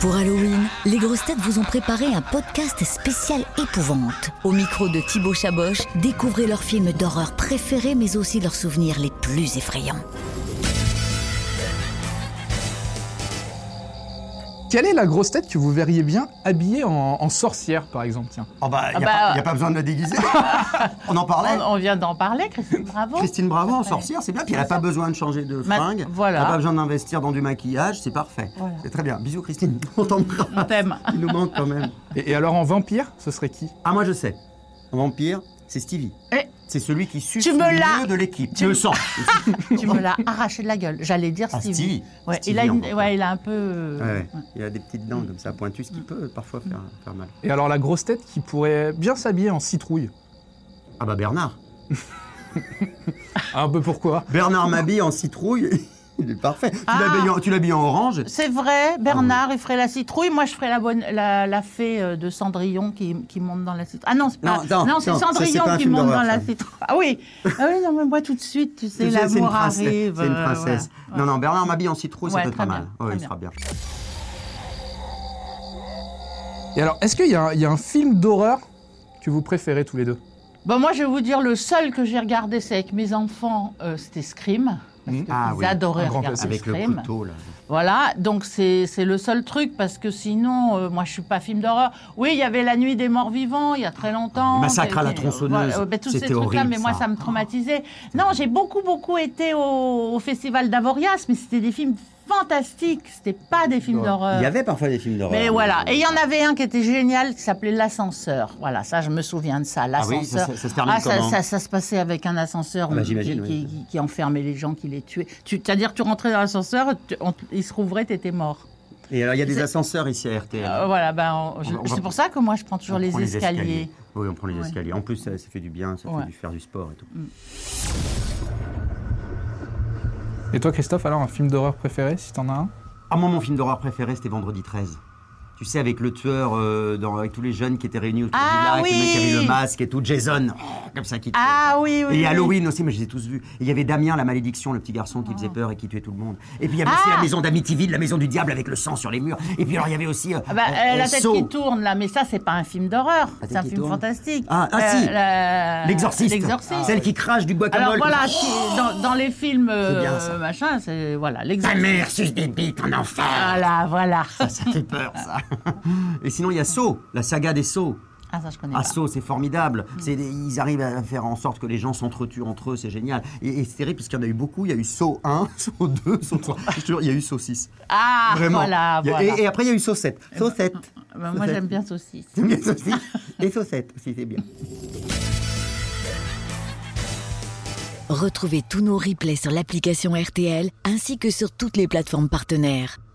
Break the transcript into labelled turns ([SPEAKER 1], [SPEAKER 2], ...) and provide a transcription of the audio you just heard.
[SPEAKER 1] Pour Halloween, les grosses têtes vous ont préparé un podcast spécial épouvante. Au micro de Thibaut Chaboch, découvrez leurs films d'horreur préférés mais aussi leurs souvenirs les plus effrayants.
[SPEAKER 2] Quelle est la grosse tête que vous verriez bien habillée en, en sorcière, par exemple tiens
[SPEAKER 3] Oh bah, il
[SPEAKER 4] Ah
[SPEAKER 3] n'y a,
[SPEAKER 4] bah,
[SPEAKER 3] pas-
[SPEAKER 4] euh.
[SPEAKER 3] y a pas besoin de la déguiser. on en parlait.
[SPEAKER 4] On, on vient d'en parler, Christine Bravo.
[SPEAKER 3] Christine Bravo en sorcière, c'est bien. Puis elle n'a pas besoin de changer de
[SPEAKER 4] Ma-
[SPEAKER 3] fringue.
[SPEAKER 4] voilà.
[SPEAKER 3] Elle n'a pas besoin d'investir dans du maquillage, c'est parfait.
[SPEAKER 4] Voilà.
[SPEAKER 3] C'est très bien. Bisous Christine, on t'embrasse.
[SPEAKER 4] On t'aime.
[SPEAKER 3] Il nous manque quand même.
[SPEAKER 2] Et, et alors en vampire, ce serait qui
[SPEAKER 3] Ah, moi je sais. Un vampire, c'est Stevie.
[SPEAKER 4] Eh.
[SPEAKER 3] C'est celui qui suce
[SPEAKER 4] Tu me
[SPEAKER 3] le
[SPEAKER 4] l'as.
[SPEAKER 3] mieux de l'équipe.
[SPEAKER 4] Tu-
[SPEAKER 3] Je le sens.
[SPEAKER 4] Tu me l'as arraché de la gueule. J'allais dire
[SPEAKER 3] Ah,
[SPEAKER 4] Stevie.
[SPEAKER 3] Stevie.
[SPEAKER 4] Ouais,
[SPEAKER 3] Stevie
[SPEAKER 4] il, a
[SPEAKER 3] en
[SPEAKER 4] une-
[SPEAKER 3] vampire.
[SPEAKER 4] ouais, il a un peu. euh,
[SPEAKER 3] Ouais, ouais.
[SPEAKER 4] ouais.
[SPEAKER 3] Il a des petites dents comme ça, pointues, ce qui peut parfois faire, faire mal.
[SPEAKER 2] Et alors la grosse tête qui pourrait bien s'habiller en citrouille
[SPEAKER 3] Ah bah Bernard.
[SPEAKER 2] Un peu pourquoi
[SPEAKER 3] Bernard m'habille en citrouille. Il est parfait. Tu
[SPEAKER 4] Ah.
[SPEAKER 3] l'habilles en- Tu l'habilles en orange.
[SPEAKER 4] C'est vrai,
[SPEAKER 3] Ah
[SPEAKER 4] Bernard, il ferait la citrouille. Moi, je ferais la, bonne, la, la fée euh, de Cendrillon qui, qui monte dans la citrouille. Ah non, c'est pas.
[SPEAKER 3] Non, non,
[SPEAKER 4] c'est
[SPEAKER 3] non, ça, c'est
[SPEAKER 4] Cendrillon
[SPEAKER 3] pas un
[SPEAKER 4] qui
[SPEAKER 3] film
[SPEAKER 4] monte
[SPEAKER 3] d'horreur,
[SPEAKER 4] dans
[SPEAKER 3] ça.
[SPEAKER 4] la citrouille. Ah oui, ah oui non, mais moi, tout de suite, tu sais,
[SPEAKER 3] Tu sais, c'est une
[SPEAKER 4] l'amour
[SPEAKER 3] princesse,
[SPEAKER 4] arrive.
[SPEAKER 3] C'est une
[SPEAKER 4] euh,
[SPEAKER 3] princesse.
[SPEAKER 4] voilà.
[SPEAKER 3] Non, non, Bernard m'habille en citrouille,
[SPEAKER 4] Ouais,
[SPEAKER 3] ça peut être
[SPEAKER 4] très
[SPEAKER 3] pas
[SPEAKER 4] bien,
[SPEAKER 3] mal. Oui,
[SPEAKER 4] très
[SPEAKER 3] il sera bien.
[SPEAKER 2] Et alors, est-ce qu'il y, a un- il y a un film d'horreur que vous préférez tous les deux
[SPEAKER 4] Bon, moi, je vais vous dire, le seul que j'ai regardé, c'est avec mes enfants, euh, c'était Scream.
[SPEAKER 2] Mhm.
[SPEAKER 3] Ah
[SPEAKER 4] Ils
[SPEAKER 3] oui,
[SPEAKER 4] adoraient
[SPEAKER 2] un grand
[SPEAKER 4] regarder
[SPEAKER 2] classique.
[SPEAKER 3] Avec le
[SPEAKER 4] Scream.
[SPEAKER 3] couteau, là.
[SPEAKER 4] Voilà, donc c'est c'est le seul truc, parce que sinon, euh, moi, je suis pas film d'horreur. Oui, il y avait La Nuit des Morts Vivants, il y a très longtemps.
[SPEAKER 3] Massacre à la
[SPEAKER 4] Et- et-
[SPEAKER 3] tronçonneuse.
[SPEAKER 4] voilà, euh, ben, tous ces
[SPEAKER 3] C'était
[SPEAKER 4] trucs-là,
[SPEAKER 3] horrible,
[SPEAKER 4] mais moi,
[SPEAKER 3] ça.
[SPEAKER 4] ça me traumatisait. Non, j'ai beaucoup, beaucoup été au, au Festival d'Avorias, mais c'était des films fantastiques, c'était pas des films d'horreur.
[SPEAKER 3] Il y avait parfois des films d'horreur. hein,
[SPEAKER 4] euh, Mais voilà, et il y en avait un qui était génial qui s'appelait l'ascenseur. Voilà, ça je me souviens de ça,
[SPEAKER 3] Ah oui, ça,
[SPEAKER 4] l'ascenseur. Ah,
[SPEAKER 3] ça- ça se termine
[SPEAKER 4] ça,
[SPEAKER 3] comment
[SPEAKER 4] ça- ça se passait avec un ascenseur
[SPEAKER 3] Ah bah,
[SPEAKER 4] qui,
[SPEAKER 3] j'imagine,
[SPEAKER 4] qui-
[SPEAKER 3] oui.
[SPEAKER 4] qui- qui enfermait les gens, qui les tuait. Tu- C'est-à-dire tu rentrais dans l'ascenseur, tu- on- il se rouvrait, t'étais mort.
[SPEAKER 3] Et alors, il y a des
[SPEAKER 4] C'est-
[SPEAKER 3] ascenseurs ici à RTL.
[SPEAKER 4] Euh, voilà, ben on- je-
[SPEAKER 3] Ah On va- on va-
[SPEAKER 4] c'est pour ça que moi je prends toujours
[SPEAKER 3] hein. On
[SPEAKER 4] les
[SPEAKER 3] prend
[SPEAKER 4] escaliers.
[SPEAKER 3] Oui, on prend les
[SPEAKER 4] Ouais.
[SPEAKER 3] escaliers. En plus, ça, ça fait du bien, ça
[SPEAKER 4] Ouais.
[SPEAKER 3] fait du faire du sport et tout.
[SPEAKER 2] Et toi, Christophe, alors, un film d'horreur préféré, si t'en as un
[SPEAKER 3] Ah, moi, mon film d'horreur préféré, c'était Vendredi 13. Tu sais, avec le tueur, euh, dans, avec tous les jeunes qui étaient réunis autour du lac,
[SPEAKER 4] Ah
[SPEAKER 3] le mec qui
[SPEAKER 4] oui
[SPEAKER 3] avait le masque et tout, Jason, oh, comme ça qui tuait.
[SPEAKER 4] Ah oui, oui.
[SPEAKER 3] Et
[SPEAKER 4] oui.
[SPEAKER 3] Halloween aussi, mais je les ai tous vus. Et il y avait Damien, la malédiction, le petit garçon qui faisait peur et qui tuait tout le monde. Et puis il y avait aussi
[SPEAKER 4] Oh. Ah
[SPEAKER 3] la maison d'Amityville, la maison du diable avec le sang sur les murs. Et puis alors il y avait aussi. euh,
[SPEAKER 4] Ah bah,
[SPEAKER 3] euh,
[SPEAKER 4] euh, la
[SPEAKER 3] euh,
[SPEAKER 4] tête
[SPEAKER 3] Saw.
[SPEAKER 4] qui tourne là, mais ça c'est pas un film d'horreur,
[SPEAKER 3] La tête
[SPEAKER 4] c'est un
[SPEAKER 3] qui
[SPEAKER 4] film
[SPEAKER 3] tourne.
[SPEAKER 4] fantastique. Euh,
[SPEAKER 3] Ah, ah, si.
[SPEAKER 4] la-
[SPEAKER 3] L'exorciste.
[SPEAKER 4] L'exorciste.
[SPEAKER 3] Celle qui crache du guacamole.
[SPEAKER 4] Alors voilà,
[SPEAKER 3] Oh,
[SPEAKER 4] c'est- dans, dans les films euh,
[SPEAKER 3] bien, ça.
[SPEAKER 4] machin, c'est voilà
[SPEAKER 3] Ta
[SPEAKER 4] l'exemple.
[SPEAKER 3] mère suce des bites en enfer.
[SPEAKER 4] Voilà, Ah voilà.
[SPEAKER 3] Ça fait peur, ça. Et sinon, il y a Saw, la saga des Sauts.
[SPEAKER 4] Ah Mm. ça je connais
[SPEAKER 3] Ah,
[SPEAKER 4] pas.
[SPEAKER 3] Saw, c'est formidable. C'est des- ils arrivent à faire en sorte que les gens s'entretuent entre eux, c'est génial. Et, et c'est terrible parce qu'il y en a eu beaucoup. Il y a eu Saw 1, Saw 2, Saw 3. Je te jure, il y a eu Saw 6.
[SPEAKER 4] Ah
[SPEAKER 3] Vraiment.
[SPEAKER 4] voilà,
[SPEAKER 3] Il y a-
[SPEAKER 4] voilà.
[SPEAKER 3] Et, et après, il y a eu Saw 7. Saw 7.
[SPEAKER 4] Bah, moi j'aime bien saucisse.
[SPEAKER 3] J'aime bien Saw 6. Et Saw 7 aussi, c'est bien.
[SPEAKER 1] Retrouvez tous nos replays sur l'application RTL ainsi que sur toutes les plateformes partenaires.